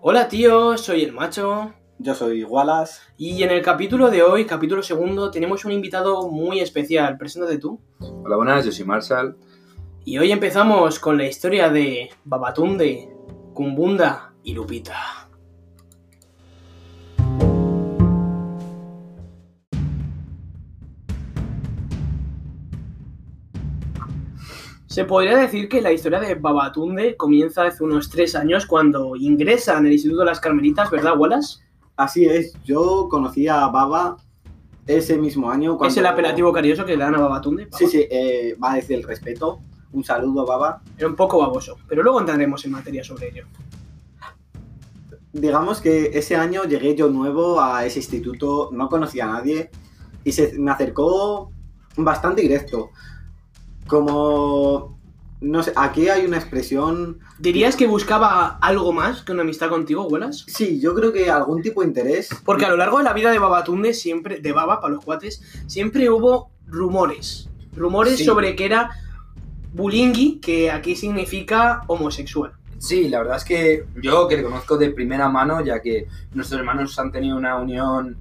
Hola tío, soy el macho. Yo soy Wallace. Y en el capítulo de hoy, capítulo segundo, tenemos un invitado muy especial. Preséntate tú. Hola, buenas, yo soy Marshall. Y hoy empezamos con la historia de Babatunde, Kumbunda y Lupita. Se podría decir que la historia de Babatunde comienza hace unos tres años cuando ingresa en el Instituto de las Carmelitas, ¿verdad, Wallace? Así es, yo conocí a Baba ese mismo año. Es el apelativo cariñoso que le dan a Babatunde. Baba. Sí, sí, eh, va desde el respeto. Un saludo, Baba. Era un poco baboso, pero luego entraremos en materia sobre ello. Digamos que ese año llegué yo nuevo a ese instituto, no conocía a nadie y se me acercó bastante directo. Como. No sé, aquí hay una expresión. ¿Dirías que buscaba algo más que una amistad contigo, Wallace? Sí, yo creo que algún tipo de interés. Porque a lo largo de la vida de Babatunde, siempre, de Baba para los cuates, siempre hubo rumores. Rumores Sí. sobre que era bulingui, que aquí significa homosexual. Sí, la verdad es que yo que le conozco de primera mano, ya que nuestros hermanos han tenido una unión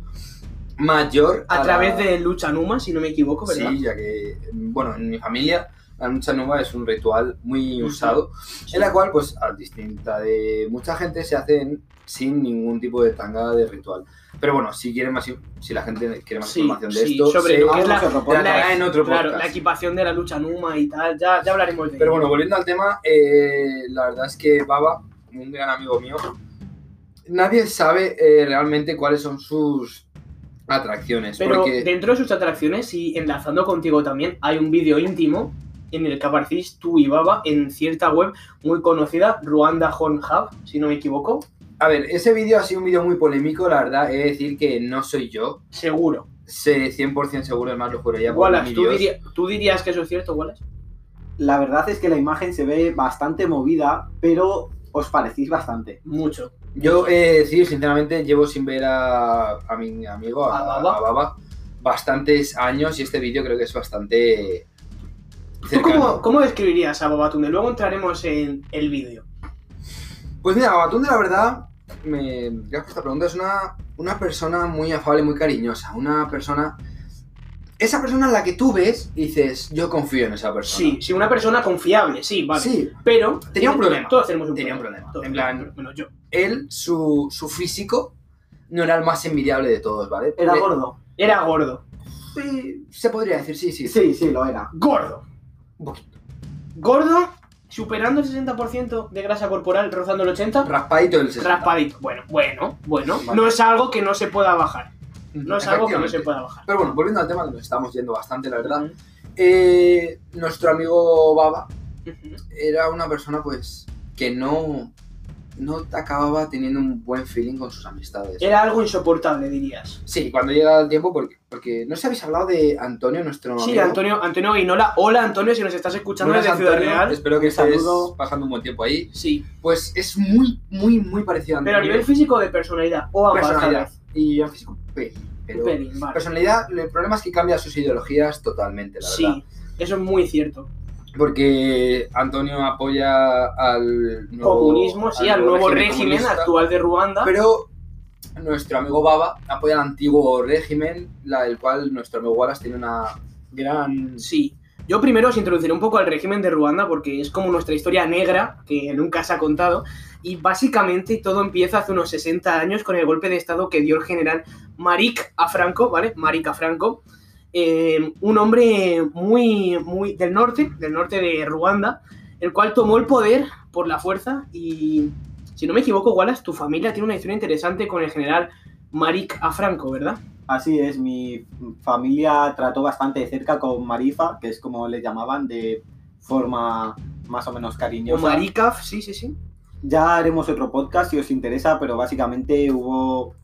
mayor. A la- través de Lucha Numa, si no me equivoco, ¿verdad? Sí, ya que, bueno, en mi familia la lucha nueva es un ritual muy Ujú. usado, en la cual, pues, a distinta de mucha gente, se hacen sin ningún tipo de tanga de ritual. Pero bueno, si quieren más, in- si la gente quiere más Sí, información de sí, esto, sobre se lo que es Ah, la, no se propone. tratará en otro claro, podcast. la equipación de la lucha Numa y tal, ya, ya hablaremos de Pero ello. bueno, volviendo al tema, eh, la verdad es que Baba, un gran amigo mío, nadie sabe eh, realmente cuáles son sus atracciones. Pero porque dentro de sus atracciones y enlazando contigo también, hay un vídeo íntimo en el que aparecís tú y Baba en cierta web muy conocida, Ruanda Horn Hub, si no me equivoco, A ver, ese vídeo ha sido un vídeo muy polémico, la verdad, he de decir que no soy yo. seguro. Sé 100% seguro, además lo juraría por Wallace, mi ¿tú, Dios. diría- ¿tú dirías que eso es cierto, Wallace? La verdad es que la imagen se ve bastante movida, pero os parecís bastante. Mucho. Yo eh, he de decir, sinceramente, llevo sin ver a, a mi amigo, a, ¿A Baba? a Baba, bastantes años y este vídeo creo que es bastante... ¿Tú cercano. cómo, cómo describirías a Babatunde? Luego entraremos en el vídeo. Pues mira, Babatunde, la verdad, me gracias por esta pregunta, es una, una persona muy afable, muy cariñosa. Una persona. Esa persona a la que tú ves y dices, yo confío en esa persona. Sí, sí, una persona confiable, sí, vale. Sí, Pero... Tenía un problema. Todos tenemos un Tenía un problema. problema. Todos En tenemos plan- un problema. Bueno, yo. él, su, su físico, no era el más envidiable de todos, ¿vale? ¿Era Le- gordo? Era gordo. Sí, se podría decir, sí, sí. Sí, sí, lo era. Gordo. Un poquito. Gordo, superando el 60% de grasa corporal, rozando el 80%. Raspadito del 60. Raspadito. Bueno, bueno, bueno. Vale. No es algo que no se pueda bajar. No es algo que no se Efectivamente. pueda bajar. Pero bueno, volviendo al tema, que nos estamos yendo bastante, la verdad. Eh, nuestro amigo Baba Ujú. era una persona pues que no no acababa teniendo un buen feeling con sus amistades. Era algo insoportable, dirías. Sí, cuando llega el tiempo, porque, porque no os habéis hablado de Antonio, nuestro Sí, amigo. Antonio, Antonio Guinola. Hola, Antonio, si nos estás escuchando Buenas, desde Ciudad Antonio. Real. Espero que Un estés saludo. pasando un buen tiempo ahí. Sí. Pues es muy, muy, muy parecido a Antonio. Pero a nivel físico de personalidad o ambas personalidad. tal Y a físico, un pelín, vez. Pero Un pelín, vale. personalidad, el problema es que cambia sus ideologías totalmente, la verdad. Sí, eso es muy cierto. Porque Antonio apoya al nuevo, Comunismo, sí, al nuevo régimen comunista. actual de Ruanda. Pero nuestro amigo Baba apoya el antiguo régimen, la del cual nuestro amigo Wallace tiene una gran... Sí. Yo primero os introduciré un poco al régimen de Ruanda porque es como nuestra historia negra que nunca se ha contado. Y básicamente todo empieza hace unos 60 años con el golpe de estado que dio el general Marik a Franco, ¿vale? Marik a Franco. eh, un hombre muy, muy del norte, del norte de Ruanda, el cual tomó el poder por la fuerza y, si no me equivoco, Wallace, tu familia tiene una historia interesante con el general Marik a Franco, ¿verdad? Así es, mi familia trató bastante de cerca con Marifa, que es como le llamaban, de forma más o menos O cariñosa. Marikaf, sí, sí, sí. Ya haremos otro podcast si os interesa, pero básicamente hubo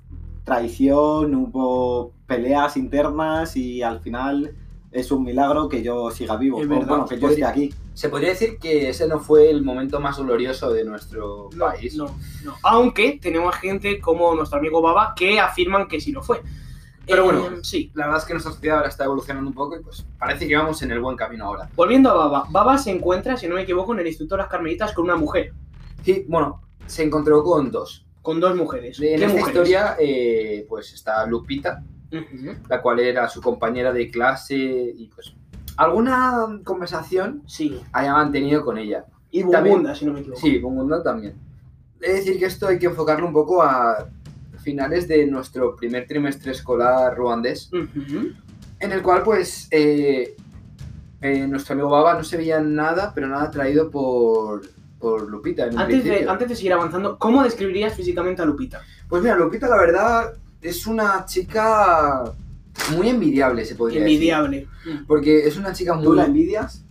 traición, hubo peleas internas y al final es un milagro que yo siga vivo. Es o, verdad. bueno, que yo esté aquí. Se podría decir que ese no fue el momento más glorioso de nuestro No, país. No, no. Aunque tenemos gente como nuestro amigo Baba que afirman que sí lo fue. Em, Pero bueno. Sí. La verdad es que nuestra sociedad ahora está evolucionando un poco y pues parece que vamos en el buen camino ahora. Volviendo a Baba. Baba se encuentra, si no me equivoco, en el Instituto de las Carmelitas con una mujer. Sí, bueno, se encontró con dos. con dos mujeres. En ¿Qué esta mujeres? historia, eh, pues está Lupita, Ujú. la cual era su compañera de clase y pues alguna conversación Sí. hayan tenido con ella. Y También- Burgunda, si no me equivoco. Sí, Bungunda también. Es decir, que esto hay que enfocarlo un poco a finales de nuestro primer trimestre escolar ruandés, Ujú. en el cual pues eh, eh, nuestro amigo Baba no se veía nada, pero nada traído por, por Lupita. En un Antes de, principio. antes de seguir avanzando, ¿cómo describirías físicamente a Lupita? Pues mira, Lupita la verdad es una chica muy envidiable, se podría decir. Envidiable. Porque es una chica ¿Tú muy... la envidias?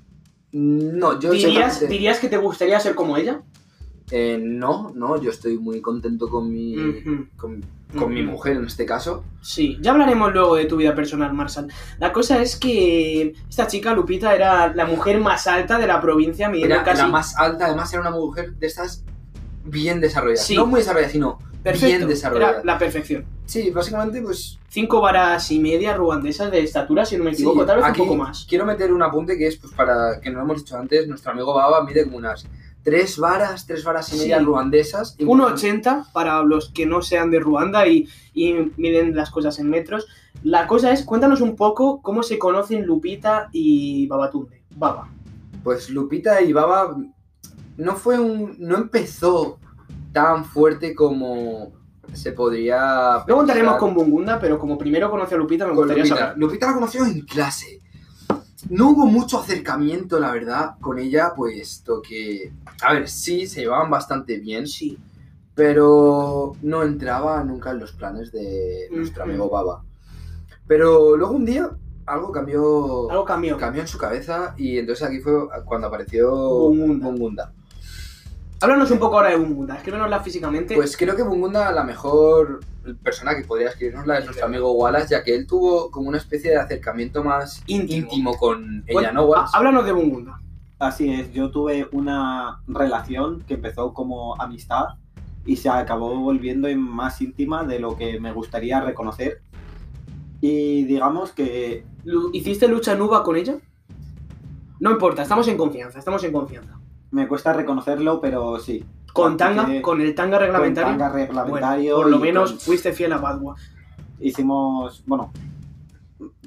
No, yo... ¿Dirías, seguramente- dirías que te gustaría ser como ella? Eh, no, no, yo estoy muy contento con mi... Ujú. con, con mi Ujú. mujer en este caso. Sí, ya hablaremos luego de tu vida personal, Marshall. La cosa es que esta chica, Lupita, era la mujer más alta de la provincia, midiendo Era casi la más alta, además era una mujer de estas bien desarrolladas. Sí. No muy desarrolladas, sino... perfecto. bien desarrollada. Era la perfección. Sí, básicamente pues... Cinco varas y media ruandesas de estatura, si no me equivoco, sí, tal vez aquí un poco más. Quiero meter un apunte que es, pues para que no lo hemos dicho antes, nuestro amigo Baba mide como unas tres varas, tres varas y Sí. media ruandesas. y 1,80 para los que no sean de Ruanda y, y miden las cosas en metros. La cosa es, cuéntanos un poco cómo se conocen Lupita y Babatunde. Baba. Pues Lupita y Baba no fue un. no empezó tan fuerte como se podría. Luego entraremos pensar. con Bungunda, pero como primero conoce a Lupita, me Con gustaría Lupita. saber. Lupita la conoció en clase. No hubo mucho acercamiento, la verdad, con ella, puesto que. A ver, sí, se llevaban bastante bien, Sí, pero no entraba nunca en los planes de nuestro Ujú. amigo Baba. Pero luego un día algo cambió. algo cambió. cambió en su cabeza y entonces aquí fue cuando apareció Bungunda. Bungunda. Háblanos un poco ahora de Bungunda, escríbenosla físicamente. Pues creo que Bungunda, la mejor persona que podría escribirnosla es nuestro amigo Wallace, ya que él tuvo como una especie de acercamiento más Íntimo. íntimo con Cu- ella, ¿no, Ah, Wallace? Háblanos de Bungunda. Así es, yo tuve una relación que empezó como amistad y se acabó volviendo en más íntima de lo que me gustaría reconocer. Y digamos que Lu- ¿Hiciste lucha nuba con ella? No importa, estamos en confianza, estamos en confianza. me cuesta reconocerlo, pero sí. Con tanga, Porque con el tanga reglamentario. Con tanga reglamentario. Bueno, por lo y menos con- fuiste fiel a Badwa. hicimos, bueno,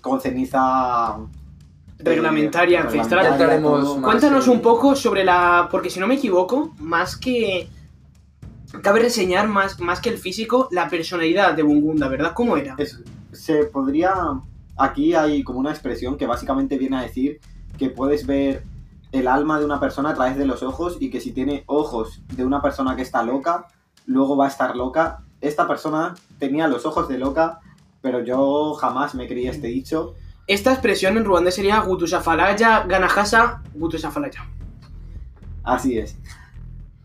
con ceniza Reglamentaria, eh, ancestral. Ya entraremos todo. más Cuéntanos en- un poco sobre la. Porque si no me equivoco, más que. Cabe reseñar más, más que el físico, la personalidad de Bungunda, ¿verdad? ¿Cómo era? Es- se podría. Aquí hay como una expresión que básicamente viene a decir que puedes ver el alma de una persona a través de los ojos y que si tiene ojos de una persona que está loca, luego va a estar loca. Esta persona tenía los ojos de loca, pero yo jamás me creí este dicho. Esta expresión en ruandés sería Gutusafalaya, Ganahasa, Gutusafalaya. Así es.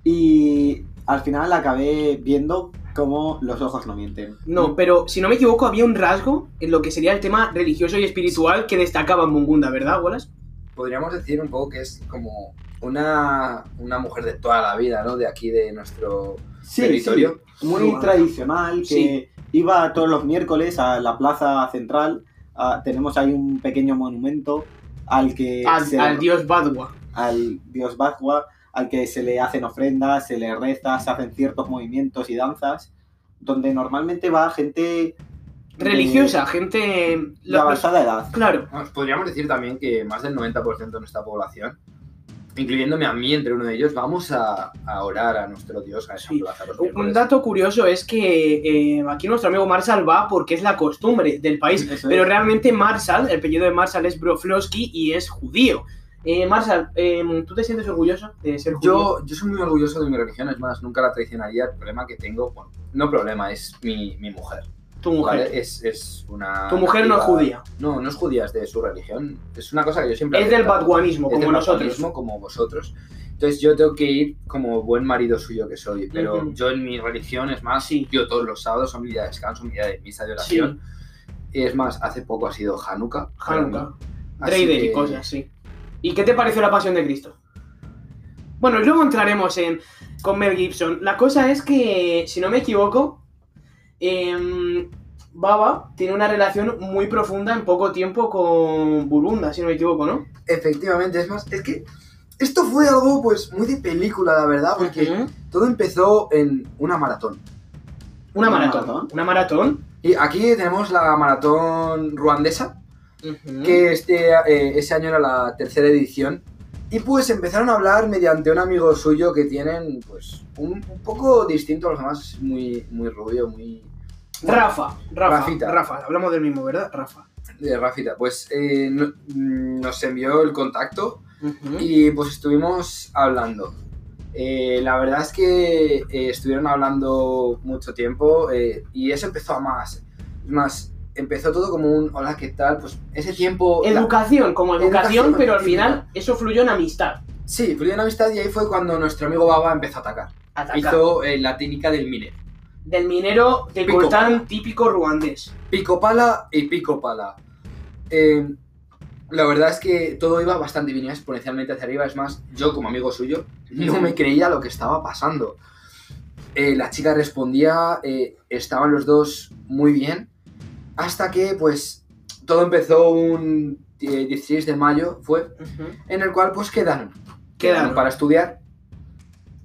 Y al final acabé viendo cómo los ojos no mienten. No, Mm. pero si no me equivoco, había un rasgo en lo que sería el tema religioso y espiritual que destacaba en Mungunda, ¿verdad, Wallace? Podríamos decir un poco que es como una, una mujer de toda la vida, ¿no? De aquí, de nuestro Sí, territorio. sí, muy Uruguay. tradicional, que Sí. iba todos los miércoles a la plaza central. ah, tenemos ahí un pequeño monumento al que Eh, Al, se- al dios Badwa. al dios Bagua, al que se le hacen ofrendas, se le reza, se hacen ciertos movimientos y danzas, donde normalmente va gente de- Religiosa, Mm. gente. de, la- avanzada edad. Claro, Vamos, Podríamos decir también que más del 90% de nuestra población, incluyéndome a mí entre uno de ellos, vamos a, a orar a nuestro Dios, a esa Sí. plaza. los un miércoles. dato curioso es que eh, aquí nuestro amigo Marshall va porque es la costumbre del país. Eso Pero es. realmente Marshall, el apellido de Marshall es Broflowski y es judío. Eh, Marshall, eh, ¿tú te sientes orgulloso de ser judío? Yo, yo soy muy orgulloso de mi religión, es más, nunca la traicionaría. El problema que tengo, bueno, no problema, es mi, mi mujer. tu mujer. ¿vale? Es, es una. Tu mujer no es nativa- judía. No, no es judía, es de su religión. Es una cosa que yo siempre. Es del acepto. badguanismo, Es como del nosotros. batuanismo, como vosotros. Entonces yo tengo que ir como buen marido suyo que soy, pero Ujú. yo en mi religión, es más, Sí. yo todos los sábados son mi día de descanso, mi día de misa, de Sí, oración. Y es más, hace poco ha sido Hanukkah. para mí. Hanukkah. Así Trader y que- cosas, sí. ¿Y qué te pareció la pasión de Cristo? Bueno, luego entraremos en con Mel Gibson. La cosa es que, si no me equivoco, em, Baba tiene una relación muy profunda en poco tiempo con Burunda, si no me equivoco, ¿no? Efectivamente, es más, es que esto fue algo pues muy de película, la verdad, porque todo empezó en una maratón. Una ¿Una maratón. maratón? Una maratón. Y aquí tenemos la maratón ruandesa, Ujú. que este, eh, ese año era la tercera edición. Y pues empezaron a hablar mediante un amigo suyo que tienen, pues, un, un poco distinto a los demás, muy, muy rubio, muy. Rafa, Rafa, Rafita. Rafa, hablamos del mismo, ¿verdad? Rafa. De Rafita. Pues eh, no- mm, nos envió el contacto y pues estuvimos hablando. Eh, la verdad es que eh, estuvieron hablando mucho tiempo eh, y eso empezó a más. Más, empezó todo como un hola, ¿qué tal? Pues ese tiempo. la- Educación, como educación, Educación pero al continua. final eso fluyó en amistad. Sí, fluyó en amistad y ahí fue cuando nuestro amigo Baba empezó a atacar. Atacar. Hizo eh, la técnica del miner. Del minero de Pico. coltán típico ruandés. Pico pala y pico pala. Eh, la verdad es que todo iba bastante bien, iba exponencialmente hacia arriba. Es más, yo como amigo suyo no me creía lo que estaba pasando. Eh, la chica respondía, eh, estaban los dos muy bien. Hasta que, pues, todo empezó un eh, 16 de mayo, fue, en el cual, pues, quedaron. Quedaron. para estudiar.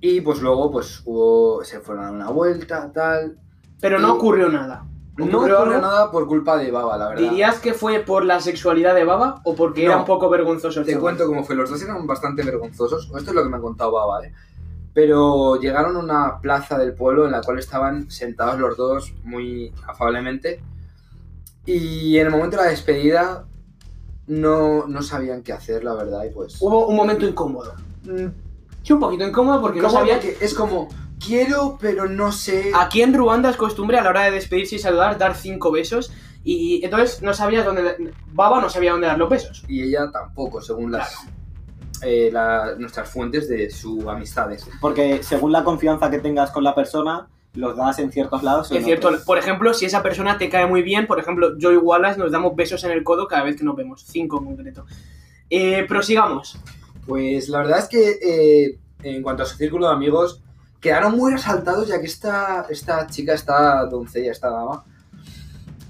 Y, pues, luego, pues, hubo, se fueron a dar una vuelta, tal. Pero Y- no ocurrió nada. No Ocurrió ocurrió algo. nada por culpa de Baba, la verdad. ¿Dirías que fue por la sexualidad de Baba o porque era No. un poco vergonzoso? el Te chaval? cuento cómo fue. Los dos eran bastante vergonzosos. Esto es lo que me han contado Baba, ¿eh? Pero llegaron a una plaza del pueblo en la cual estaban sentados los dos muy afablemente. Y en el momento de la despedida no, no sabían qué hacer, la verdad. Y pues. Hubo un momento incómodo. mm, Sí, un poquito incómodo porque no ¿cómo? sabía Porque es como, quiero, pero no sé. Aquí en Ruanda es costumbre a la hora de despedirse y saludar dar cinco besos y entonces no sabías dónde Baba no sabía dónde dar los besos. Y ella tampoco, según las. eh, la- nuestras fuentes de sus amistades. Porque según la confianza que tengas con la persona, los das en ciertos lados. o en Es cierto, pues. otros. por ejemplo, si esa persona te cae muy bien, por ejemplo, yo y Wallace nos damos besos en el codo cada vez que nos vemos, cinco en concreto. Eh, prosigamos. Pues la verdad es que eh, en cuanto a su círculo de amigos, quedaron muy resaltados ya que esta, esta chica, esta doncella, esta dama,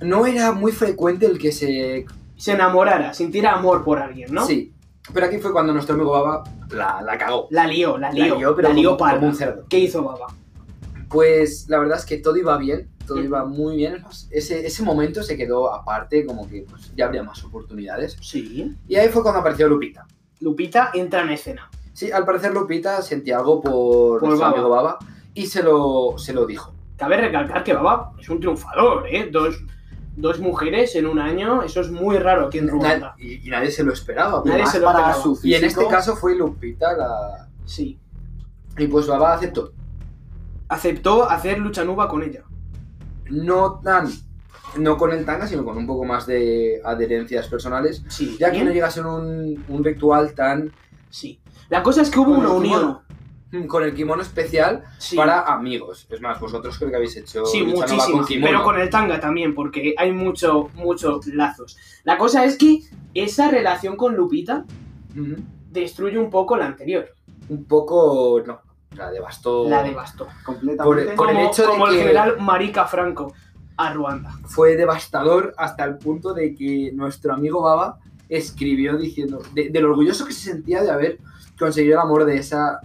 no era muy frecuente el que se... Se enamorara, sintiera amor por alguien, ¿no? Sí, pero aquí fue cuando nuestro amigo Baba la, la cagó. La lió, la lió, la lió, pero como, parda. como un cerdo. ¿Qué hizo Baba? Pues la verdad es que todo iba bien, todo Ujú. iba muy bien. es más, Ese, ese momento se quedó aparte, como que pues, ya habría más oportunidades. Sí. Y ahí fue cuando apareció Lupita. Lupita entra en escena. Sí, al parecer Lupita sentía algo por, Por nuestro Baba. amigo Baba y se lo, se lo dijo. Cabe recalcar que Baba es un triunfador, ¿eh? Dos, dos mujeres en un año, eso es muy raro aquí en Na- Ruanda. y, y nadie se lo esperaba. pues, Y Nadie más se lo para esperaba. su Y en físico, este caso fue Lupita la... Sí. Y pues Baba aceptó. Aceptó hacer lucha nuba con ella. No tan... No con el tanga, sino con un poco más de adherencias personales. Sí. Ya que no ¿Eh? llega a ser un, un ritual tan... Sí. La cosa es que hubo con una el unión. kimono. mm, Con el kimono especial Sí. para amigos. Es más, vosotros creo que habéis hecho... Sí, lucha nueva muchísimo. con kimono. Pero con el tanga también, porque hay mucho, muchos lazos. La cosa es que esa relación con Lupita Ujú. destruye un poco la anterior. Un poco... No. La devastó. La devastó. Completamente. Por el como hecho de como el que- general Marica Franco a Ruanda. Fue devastador hasta el punto de que nuestro amigo Baba escribió diciendo de, de lo orgulloso que se sentía de haber conseguido el amor de esa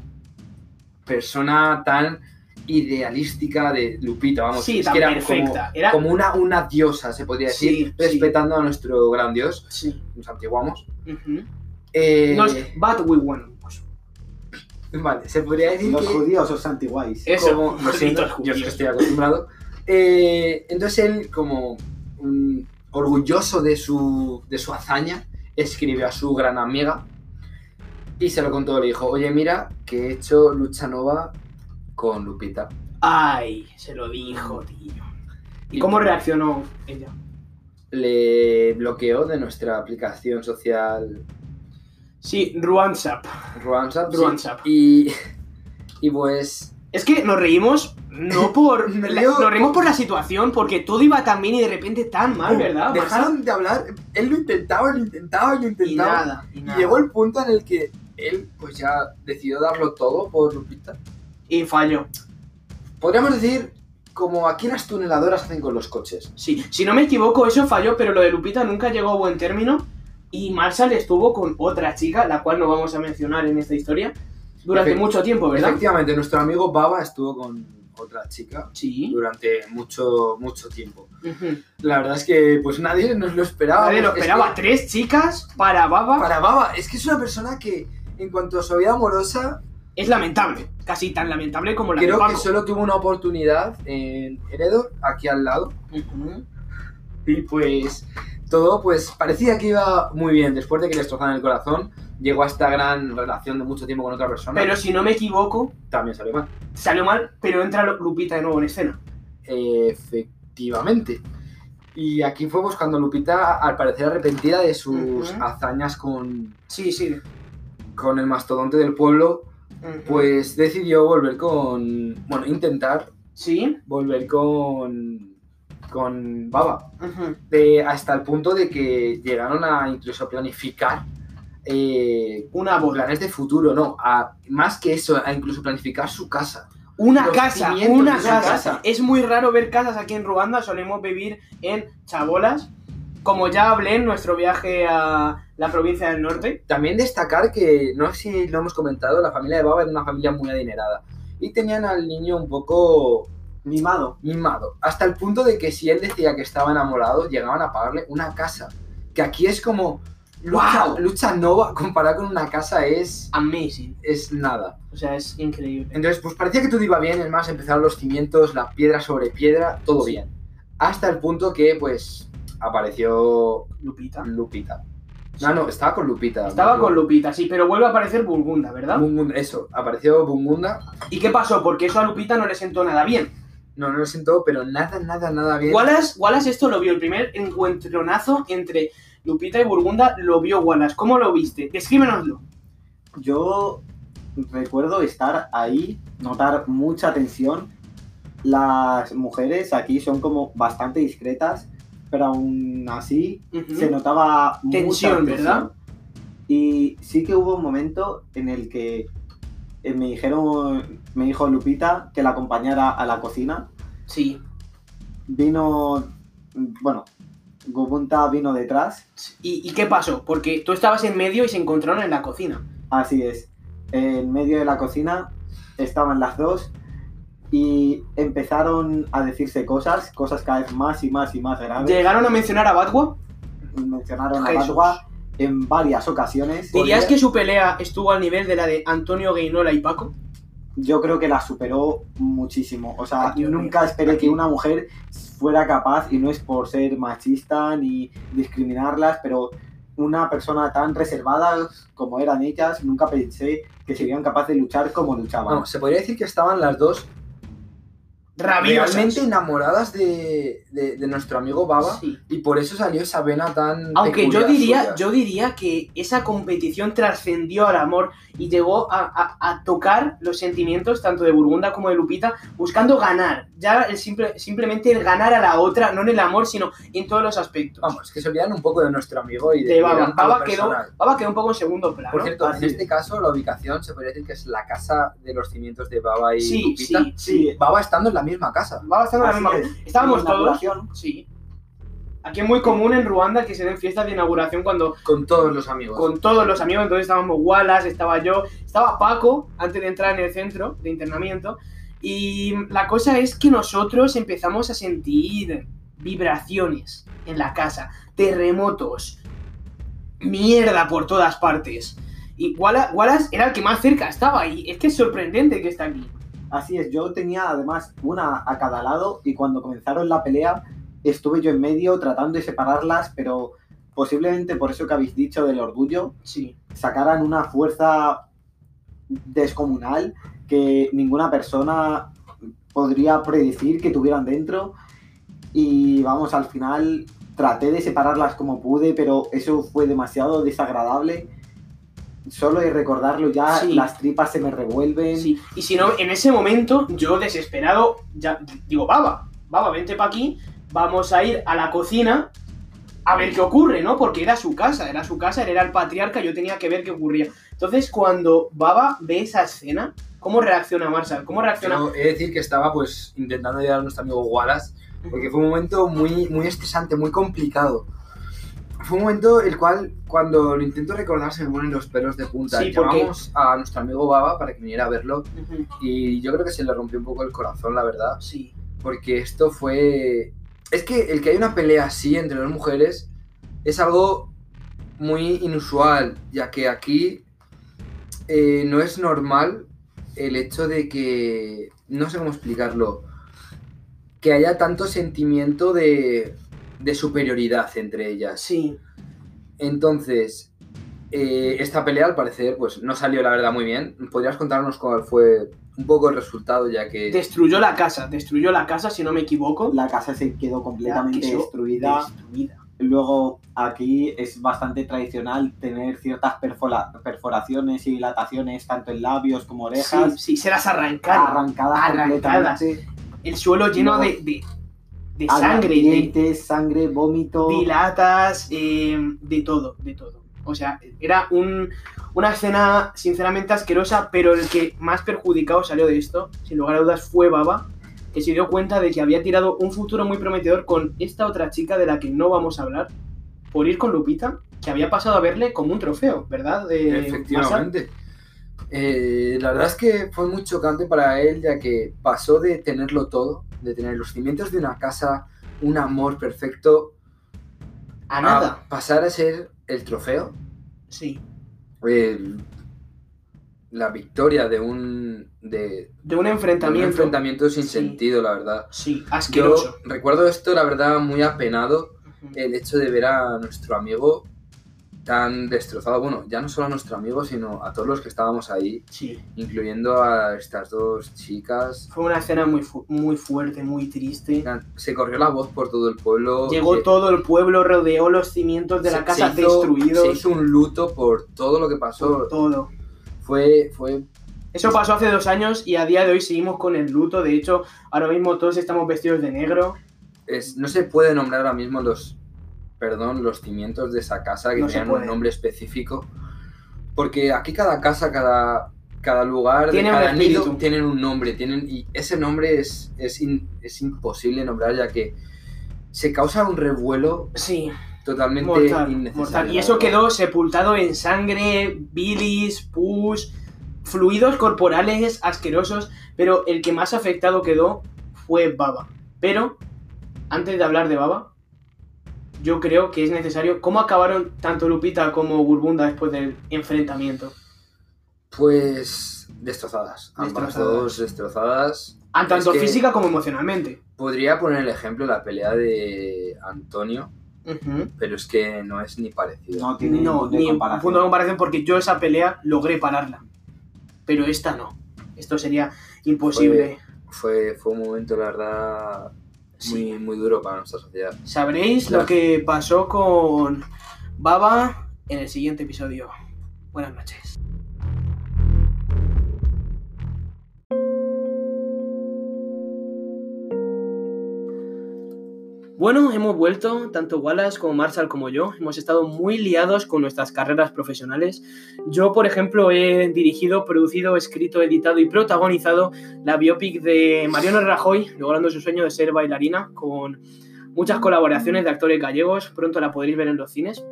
persona tan idealística de Lupita, vamos, sí, es tan que era perfecta. como, Era... como una, una diosa, se podría Sí, decir, sí. respetando a nuestro gran dios, Sí. nos antiguamos. Ujú. Eh, No es But We pues. Want. Vale, se podría decir Los que judíos os santiguáis. Eso, como- lo malditos siento, yo es que judíos. estoy acostumbrado. Eh, entonces él, como mm, orgulloso de su, de su hazaña, escribió a su gran amiga y se lo contó. Le dijo, oye, mira, que he hecho lucha nova con Lupita. Ay, se lo dijo, tío. ¿Y Y- cómo reaccionó ella? Le bloqueó de nuestra aplicación social Sí, Ruansap. Ruansap. sí. Ruansap. Y, y pues Es que nos reímos no por. Me la- río- nos reímos por la situación, porque todo iba tan bien y de repente tan mal, pum, Ah, ¿verdad? dejaron de hablar. Él lo intentaba, lo intentaba, lo Y intentaba. nada, y Y nada. llegó el punto en el que él pues ya decidió darlo todo por Lupita. Y falló. Podríamos decir como aquí las tuneladoras hacen con los coches. Sí, si no me equivoco, eso falló, pero lo de Lupita nunca llegó a buen término. Y Marshall estuvo con otra chica, la cual no vamos a mencionar en esta historia, durante Efe- mucho tiempo, ¿verdad? Efectivamente, nuestro amigo Baba estuvo con otra chica, Sí. durante mucho, mucho tiempo. Ujú. La verdad es que pues nadie nos lo esperaba. Nadie lo Es que- esperaba. Tres chicas para Baba. Para Baba, es que es una persona que en cuanto a su vida amorosa, Es lamentable. Casi tan lamentable como la de creo que Paco. solo tuvo una oportunidad en Heredor, aquí al lado. Ujú. Y pues todo pues parecía que iba muy bien. Después de que le destrozaran el corazón, llegó a esta gran relación de mucho tiempo con otra persona. Pero si no me equivoco, también salió mal. salió mal, pero entra Lupita de nuevo en escena. Efectivamente. Y aquí fue buscando Lupita, al parecer arrepentida de sus Ujú. hazañas con, Sí, sí. con el mastodonte del pueblo, Ujú. pues decidió volver con. Bueno, intentar Sí. volver con. con Baba. Ujú. De- hasta el punto de que llegaron a incluso planificar eh, Una boda. planes de futuro, no, a, más que eso, a incluso planificar su casa. Una Los casa, cimientos una de su casa. casa. Es muy raro ver casas aquí en Ruanda, solemos vivir en chabolas. Como ya hablé en nuestro viaje a la provincia del norte. También destacar que, no sé si lo hemos comentado, la familia de Baba era una familia muy adinerada y tenían al niño un poco Mimado. mimado, hasta el punto de que si él decía que estaba enamorado, llegaban a pagarle una casa, que aquí es como lucha, ¡Wow! lucha nova comparada con una casa es, Amazing. es nada. O sea, es increíble. Entonces, pues parecía que todo iba bien, es más, empezaron los cimientos, la piedra sobre piedra, todo bien, hasta el punto que, pues, apareció Lupita. Lupita. No, no, estaba con Lupita. Estaba No, con Lupita, sí, pero vuelve a aparecer Burgunda, ¿verdad? Bungunda, eso, apareció Bungunda. ¿Y qué pasó? Porque eso a Lupita no le sentó nada bien. No, no lo siento, pero nada, nada, nada bien. Wallace, Wallace esto lo vio, el primer encuentronazo entre Lupita y Burgunda lo vio Wallace. ¿Cómo lo viste? Descríbenoslo. Yo recuerdo estar ahí, notar mucha tensión. Las mujeres aquí son como bastante discretas, pero aún así Ujú. se notaba Tensión, mucha ¿verdad? Y sí que hubo un momento en el que eh, me dijeron, me dijo Lupita que la acompañara a la cocina. Sí. Vino, bueno, Gubunta vino detrás, ¿Y, y qué pasó? Porque tú estabas en medio y se encontraron en la cocina. así es. En medio de la cocina estaban las dos y empezaron a decirse cosas, cosas cada vez más y más y más graves. ¿Llegaron a mencionar a Batwa? Mencionaron a Jesús. Batwa en varias ocasiones. ¿Dirías Porque que su pelea estuvo al nivel de la de Antonio Gainola y Paco? Yo creo que la superó muchísimo. O sea, Aquí, nunca esperé aquí. que una mujer fuera capaz, y no es por ser machista ni discriminarlas, pero una persona tan reservada como eran ellas, nunca pensé que serían capaces de luchar como luchaban. Vamos, se podría decir que estaban las dos Rabiosas. realmente enamoradas de, de- de nuestro amigo Baba Sí. y por eso salió esa vena tan. Aunque yo peculiar diría, suya. yo diría que esa competición trascendió al amor y llegó a, a- a tocar los sentimientos tanto de Burgunda como de Lupita, buscando ganar. Ya el simple, simplemente el ganar a la otra, no en el amor, sino en todos los aspectos. Vamos, que se olvidan un poco de nuestro amigo y Ah, de, De y Baba. de algo Baba quedó, personal. Baba quedó un poco en segundo plano. Ah, Por cierto, en Así es. este caso, la ubicación se podría decir que es la casa de los cimientos de Baba y sí, Lupita. sí, sí. Sí, Baba estando en la misma casa. Baba estaba en la así misma es. Estábamos La todos. inauguración, Sí. Aquí es muy común en Ruanda que se den fiestas de inauguración cuando Con todos los amigos. con todos los amigos, entonces estábamos Wallace, estaba yo, estaba Paco antes de entrar en el centro de internamiento y la cosa es que nosotros empezamos a sentir vibraciones en la casa, terremotos, mierda por todas partes. Y Walla- Wallace era el que más cerca estaba y es que es sorprendente que está aquí. Así es, yo tenía además una a cada lado y cuando comenzaron la pelea estuve yo en medio tratando de separarlas, pero posiblemente por eso que habéis dicho del orgullo, Sí, sacaran una fuerza descomunal que ninguna persona podría predecir que tuvieran dentro. Y vamos, al final traté de separarlas como pude, pero eso fue demasiado desagradable. Solo de recordarlo ya, Sí. las tripas se me revuelven. sí. Y si no, en ese momento yo desesperado, ya digo, Baba, Baba, vente para aquí, vamos a ir a la cocina a ver qué ocurre, ¿no? Porque era su casa, era su casa, él era el patriarca, yo tenía que ver qué ocurría. Entonces, cuando Baba ve esa escena, ¿cómo reacciona Marshall? ¿Cómo reacciona? Yo he de decir que estaba pues intentando ayudar a nuestro amigo Wallace Porque fue un momento muy, muy estresante, muy complicado. fue un momento el cual, cuando lo intento recordar, se me ponen los pelos de punta. Sí, porque- Llamamos a nuestro amigo Baba para que viniera a verlo y yo creo que se le rompió un poco el corazón, la verdad, Sí. porque esto fue... Es que el que hay una pelea así entre dos mujeres es algo muy inusual, ya que aquí eh, no es normal el hecho de que... No sé cómo explicarlo. Que haya tanto sentimiento de, de superioridad entre ellas. Sí. Entonces, eh, esta pelea al parecer pues no salió la verdad muy bien. ¿Podrías contarnos cuál fue un poco el resultado ya que... Destruyó la casa, destruyó la casa, si no me equivoco. La casa se quedó completamente Ya, que eso- destruida. Destruida. Luego aquí es bastante tradicional tener ciertas perfora- perforaciones y dilataciones tanto en labios como orejas. Sí, sí, se las arrancaron. Arrancadas, Arrancadas. completamente, El suelo lleno No. de, de, de sangre, de, dientes, sangre, vómito. dilatas, eh, de todo, de todo. O sea, era un- una escena sinceramente asquerosa, pero el que más perjudicado salió de esto, sin lugar a dudas, fue Baba, que se dio cuenta de que había tirado un futuro muy prometedor con esta otra chica de la que no vamos a hablar, por ir con Lupita, que había pasado a verle como un trofeo, ¿verdad? eh, Masa? Efectivamente. Eh, la verdad es que fue muy chocante para él ya que pasó de tenerlo todo, de tener los cimientos de una casa, un amor perfecto, A nada. a pasar a ser el trofeo, Sí. el- la victoria de un, De de, un de un enfrentamiento. enfrentamiento sin Sí. sentido, la verdad. Sí, Yo asqueroso. recuerdo esto, la verdad, muy apenado, Ujú. el hecho de ver a nuestro amigo tan destrozado. Bueno, ya no solo a nuestro amigo, sino a todos los que estábamos ahí, Sí. incluyendo a estas dos chicas. Fue una escena muy, fu- muy fuerte, muy triste. Eran- Se corrió la voz por todo el pueblo. Llegó se- todo el pueblo, rodeó los cimientos de la se- casa se hizo- Se destruidos. hizo un luto por todo lo que pasó. Todo. Fue, fue Eso pasó hace dos años y a día de hoy seguimos con el luto. De hecho, ahora mismo todos estamos vestidos de negro. es- no se puede nombrar ahora mismo los perdón los cimientos de esa casa que No se tenían puede. un nombre específico porque aquí cada casa cada cada lugar Tiene de un cada nido espíritu. tienen un nombre tienen y ese nombre es es, in- es imposible nombrar ya que se causa un revuelo Sí, totalmente mortal, innecesario mortal. Y la eso verdad. quedó sepultado en sangre, bilis, pus, fluidos corporales asquerosos. Pero el que más afectado quedó fue Baba. Pero, antes de hablar de Baba, yo creo que es necesario cómo acabaron tanto Lupita como Gurbunda después del enfrentamiento. pues destrozadas ambas Destrozadas. dos destrozadas Ah, tanto Es que- física como emocionalmente. podría poner el ejemplo de la pelea de Antonio pero es que no es ni parecido No tiene No, punto de ni un comparación. punto de comparación porque yo esa pelea logré pararla. Pero esta no. Esto sería imposible. fue, fue un momento, la verdad, Sí. muy, muy duro para nuestra sociedad. Sabréis Claro. lo que pasó con Baba en el siguiente episodio. Buenas noches. Bueno, hemos vuelto, tanto Wallace como Marshall como yo. Hemos estado muy liados con nuestras carreras profesionales. Yo, por ejemplo, he dirigido, producido, escrito, editado y protagonizado la biopic de Mariano Rajoy, logrando su sueño de ser bailarina, con muchas colaboraciones de actores gallegos. Pronto la podréis ver en los cines.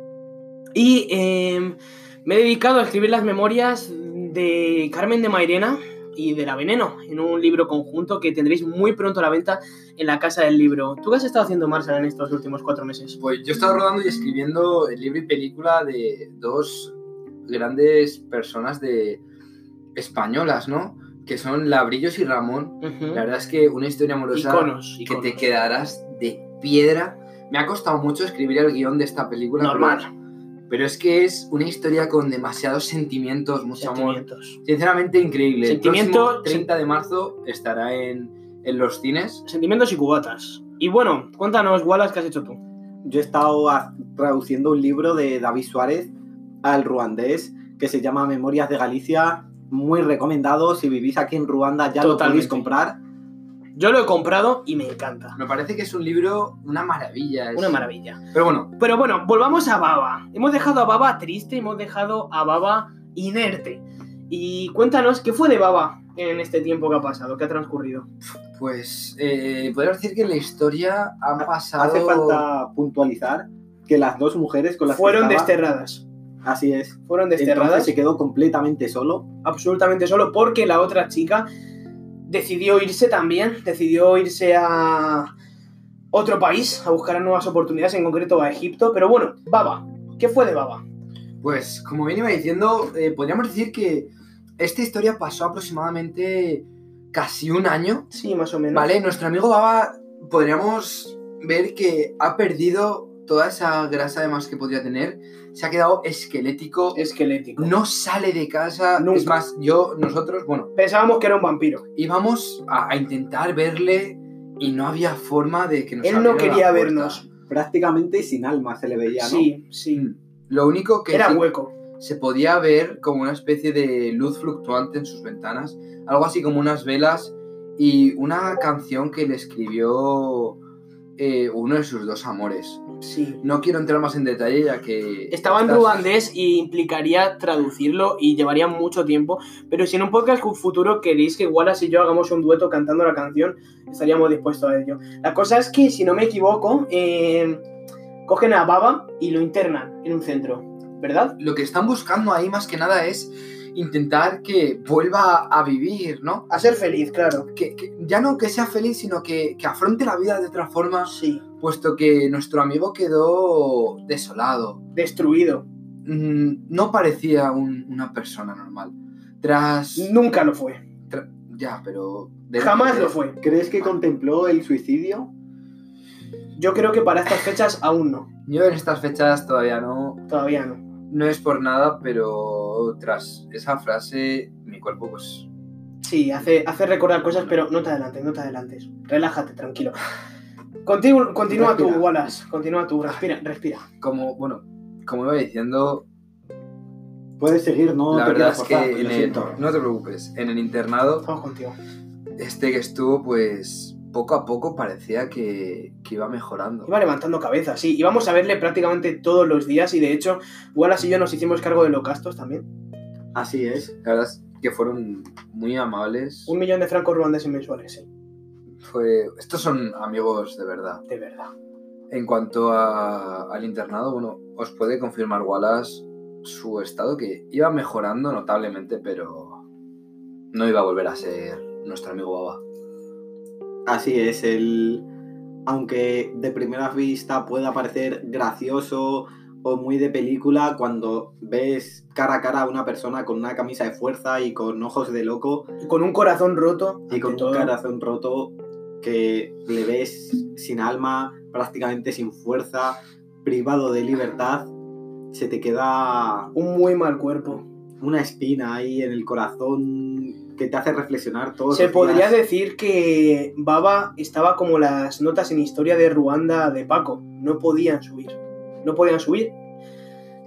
Y em, me he dedicado a escribir las memorias de Carmen de Mairena y de La Veneno, en un libro conjunto que tendréis muy pronto a la venta en la casa del libro. ¿Tú qué has estado haciendo, Marshall, en estos últimos cuatro meses? Pues yo he estado rodando y escribiendo el libro y película de dos grandes personas de españolas, ¿no? Que son Labrillos y Ramón. La verdad es que una historia amorosa Iconos, Pues, ah, que iconos. te quedarás de piedra. Me ha costado mucho escribir el guión de esta película. pero- Normal. Pero es que es una historia con demasiados sentimientos, mucho amor, Sentimientos. Sinceramente increíble. Sentimiento- El próximo 30 de marzo estará en, en los cines. Sentimientos y cubatas. Y bueno, cuéntanos, Wallace, ¿qué has hecho tú? Yo he estado a- traduciendo un libro de David Suárez al ruandés que se llama Memorias de Galicia. Muy recomendado. Si vivís aquí en Ruanda ya lo podéis Totalmente. comprar. Yo lo he comprado y me encanta. Me parece que es un libro, una maravilla. es- Una maravilla. Pero bueno, Pero bueno, volvamos a Baba. Hemos dejado a Baba triste, hemos dejado a Baba inerte. Y cuéntanos, ¿qué fue de Baba en este tiempo que ha pasado, que ha transcurrido? pues eh, podría decir que en la historia han pasado... Hace falta puntualizar que las dos mujeres con las que Fueron estaba- desterradas. Así es. Fueron Entonces desterradas se quedó completamente solo. absolutamente solo porque la otra chica decidió irse también, decidió irse a otro país a buscar nuevas oportunidades, en concreto a Egipto. Pero bueno, Baba. ¿Qué fue de Baba? Pues, como bien iba diciendo, eh, podríamos decir que esta historia pasó aproximadamente casi un año, Sí, más o menos. ¿vale? Nuestro amigo Baba, podríamos ver que ha perdido toda esa grasa además que podría tener, se ha quedado esquelético, Esquelético. no sale de casa, Nunca. es más, yo, nosotros, bueno, Pensábamos que era un vampiro. íbamos a, a intentar verle y no había forma de que nos Él no abriera la quería puerta. vernos. Prácticamente sin alma se le veía, ¿no? Sí, sí. Lo único que Era sí- hueco. se podía ver como una especie de luz fluctuante en sus ventanas, algo así como unas velas y una canción que le escribió eh, uno de sus dos amores. Sí. No quiero entrar más en detalle ya que... Estaba en estás- ruandés y implicaría traducirlo y llevaría mucho tiempo. Pero si en un podcast futuro queréis que Wallace y yo hagamos un dueto cantando la canción, estaríamos dispuestos a ello. La cosa es que, si no me equivoco, eh, cogen a Baba y lo internan en un centro, ¿verdad? Lo que están buscando ahí más que nada es intentar que vuelva a vivir, ¿no? A ser feliz, claro. Que, que- ya no que sea feliz, sino que, que afronte la vida de otra forma, Sí. puesto que nuestro amigo quedó desolado. Destruido. Mm, no parecía un- una persona normal. Tras... Nunca lo fue. Tra- Ya, pero. de- Jamás de- lo fue. ¿Crees que contempló el suicidio? Yo creo que para estas fechas aún no. Yo en estas fechas todavía no. Todavía no. No es por nada, pero tras esa frase, mi cuerpo, pues. Sí, hace, hace recordar cosas, pero no te adelantes, no te adelantes. Relájate, tranquilo. Continu- continúa tú, Respira. Wallace. Continúa tú. Respira, respira. Como, bueno, como iba diciendo, Puedes seguir, no la te verdad quieras es que. forzar, lo en el- siento. no te preocupes, en el internado, Estamos contigo. este que estuvo, pues. Poco a poco parecía que, que iba mejorando. Iba levantando cabeza, sí. Íbamos a verle prácticamente todos los días y de hecho, Wallace y yo nos hicimos cargo de los gastos también. Así es. La verdad es que fueron muy amables. Un millón de francos ruandeses mensuales, sí. Fue... Estos son amigos de verdad. De verdad. En cuanto a- al internado, bueno, os puede confirmar Wallace su estado que iba mejorando notablemente, pero no iba a volver a ser nuestro amigo Baba. Así es. El... Aunque de primera vista pueda parecer gracioso o muy de película, cuando ves cara a cara a una persona con una camisa de fuerza y con ojos de loco Y con un corazón roto. y con ante un todo. corazón roto que le ves sin alma, prácticamente sin fuerza, privado de libertad, se te queda Un muy mal cuerpo. una espina ahí en el corazón que te hace reflexionar todo. Se podría decir que Baba estaba como las notas en historia de Ruanda de Paco. No podían subir. No podían subir.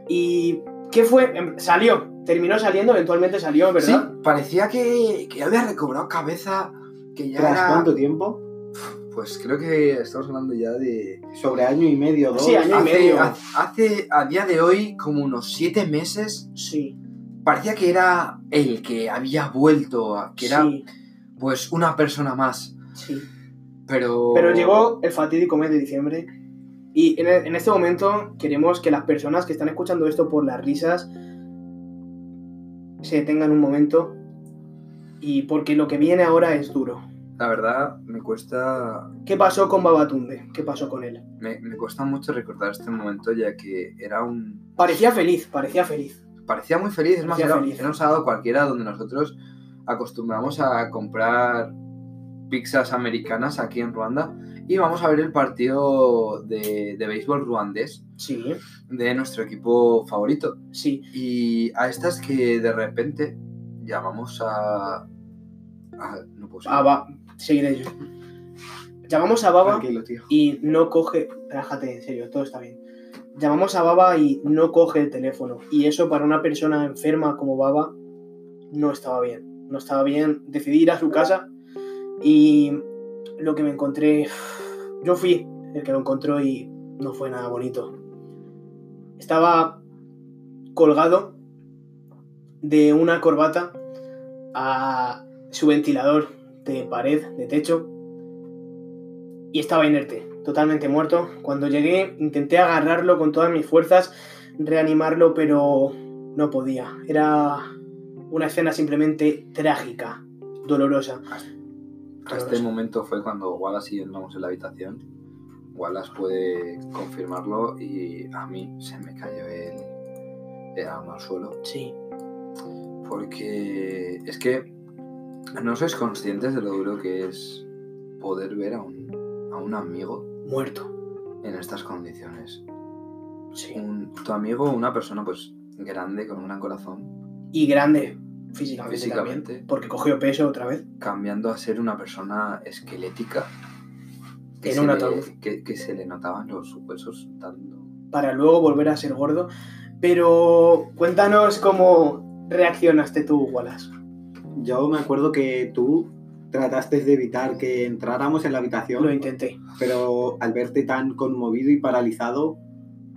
¿Y qué fue? Em, Salió. Terminó saliendo, eventualmente salió, ¿verdad? Sí, parecía que, que había recobrado cabeza, que ya ¿Tras era- cuánto tiempo? Pues creo que estamos hablando ya de... Sobre año y medio, dos. Sí, año y Hace, medio. ha- hace- a día de hoy, como unos siete meses, Sí. parecía que era el que había vuelto, a- que era sí, pues una persona más, sí. pero... Pero llegó el fatídico mes de diciembre. Y en, e- en este momento queremos que las personas que están escuchando esto por las risas se detengan un momento. Y porque lo que viene ahora es duro. La verdad, me cuesta, ¿Qué pasó con Babatunde? ¿Qué pasó con él? me, me cuesta mucho recordar este momento, ya que era un... Parecía feliz, parecía feliz. Parecía muy feliz, es más, Parecía era, feliz. era un sábado cualquiera donde nosotros acostumbramos a comprar pizzas americanas aquí en Ruanda y vamos a ver el partido de, de béisbol ruandés Sí, de nuestro equipo favorito. sí. Y a estas que de repente llamamos a... a- no puedo A seguir. Ba- Ah, Seguiré yo. Llamamos a Baba Tranquilo, tío. y no coge. Relájate, en serio, todo está bien. Llamamos a Baba y no coge el teléfono. Y eso para una persona enferma como Baba no estaba bien. No estaba bien. Decidí ir a su casa y lo que me encontré. Yo fui el que lo encontró y no fue nada bonito. Estaba colgado de una corbata a su ventilador de pared, de techo, y estaba inerte, totalmente muerto. Cuando llegué intenté agarrarlo con todas mis fuerzas, reanimarlo, pero no podía. Era una escena simplemente trágica, dolorosa. A este momento fue cuando Wallace y yo entramos en la habitación. Wallace puede confirmarlo y a mí se me cayó el, el alma al suelo. Sí, Porque es que no sois conscientes de lo duro que es poder ver a un, a un amigo muerto. en estas condiciones. Sí. Un- tu amigo, una persona pues grande, con un gran corazón, Y grande físicamente, Físicamente. también, porque cogió peso otra vez. cambiando a ser una persona esquelética. En se un le- ataúd. que, que se le notaban los huesos dando para luego volver a ser gordo. Pero cuéntanos cómo reaccionaste tú, Wallace. Yo me acuerdo que tú trataste de evitar que entráramos en la Lo habitación, intenté. pero al verte tan conmovido y paralizado,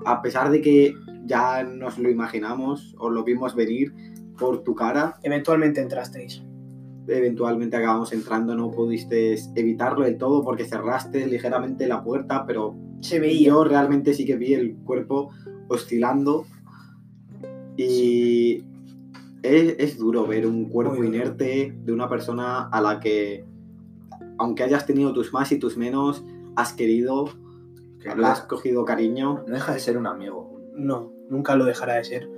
a pesar de que ya nos lo imaginamos o lo vimos venir por tu cara, Eventualmente entrasteis. eventualmente acabamos entrando, no pudiste evitarlo del todo porque cerraste ligeramente la puerta, pero Se Y veía. yo realmente sí que vi el cuerpo oscilando y es, es duro ver un cuerpo Muy duro. inerte de una persona a la que, aunque hayas tenido tus más y tus menos, has querido, que le no, has cogido cariño. no deja de ser un amigo. No, nunca lo dejará de ser.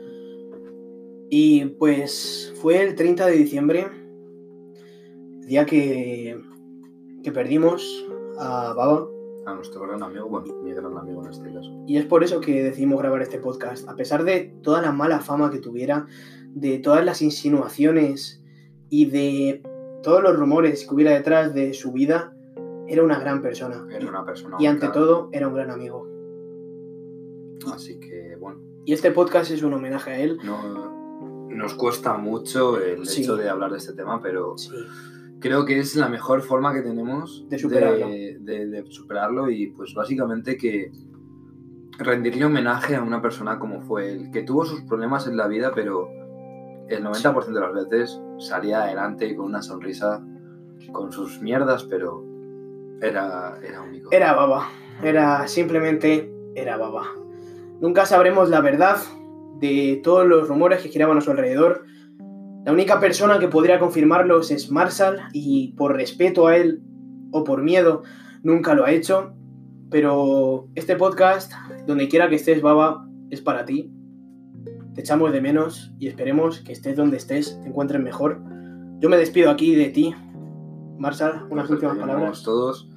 Y pues fue el 30 de diciembre, día que, que perdimos a Baba. A nuestro gran amigo, bueno, mi gran amigo en este caso. Y es por eso que decidimos grabar este podcast. A pesar de toda la mala fama que tuviera, de todas las insinuaciones y de todos los rumores que hubiera detrás de su vida, era una gran persona. Era una persona. Y ante honrada. todo, era un gran amigo. Así que, bueno, Y este podcast es un homenaje a él. no, nos cuesta mucho el Sí. hecho de hablar de este tema, pero Sí, creo que es la mejor forma que tenemos De superarlo. de- de- de superarlo y pues básicamente que rendirle homenaje a una persona como fue él, que tuvo sus problemas en la vida, pero el 90% de las veces salía adelante con una sonrisa, con sus mierdas, pero era, era único. era Baba. Era simplemente, era Baba. Nunca sabremos la verdad de todos los rumores que giraban a su alrededor. La única persona que podría confirmarlos es Marshall y por respeto a él o por miedo nunca lo ha hecho. Pero este podcast, donde quiera que estés, Baba, es para ti. Te echamos de menos y esperemos que estés donde estés, te encuentres mejor. Yo me despido aquí de ti. Marshall, unas Nos últimas despedimos palabras. todos.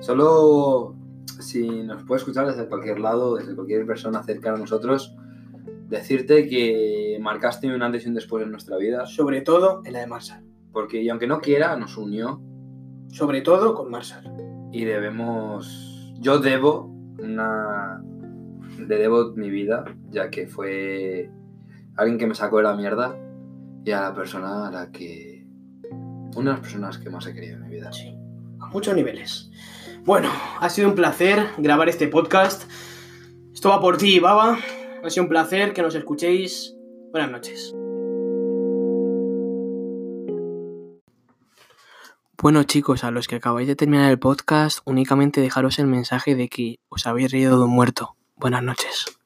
Solo si nos puede escuchar desde cualquier lado, desde cualquier persona cerca a nosotros, decirte que marcaste un antes y un después en nuestra vida, Sobre todo en la de Marshall. porque y aunque no quiera, nos unió Sobre todo con Marshall. y debemos. Yo debo una. Le debo mi vida, ya que fue alguien que me sacó de la mierda y a la persona a la que. Una de las personas que más he querido en mi vida. Sí, a muchos niveles. Bueno, ha sido un placer grabar este podcast. Esto va por ti, Baba. Ha sido un placer que nos escuchéis. Buenas noches. Bueno chicos, a los que acabáis de terminar el podcast, únicamente dejaros el mensaje de que os habéis reído de un muerto. Buenas noches.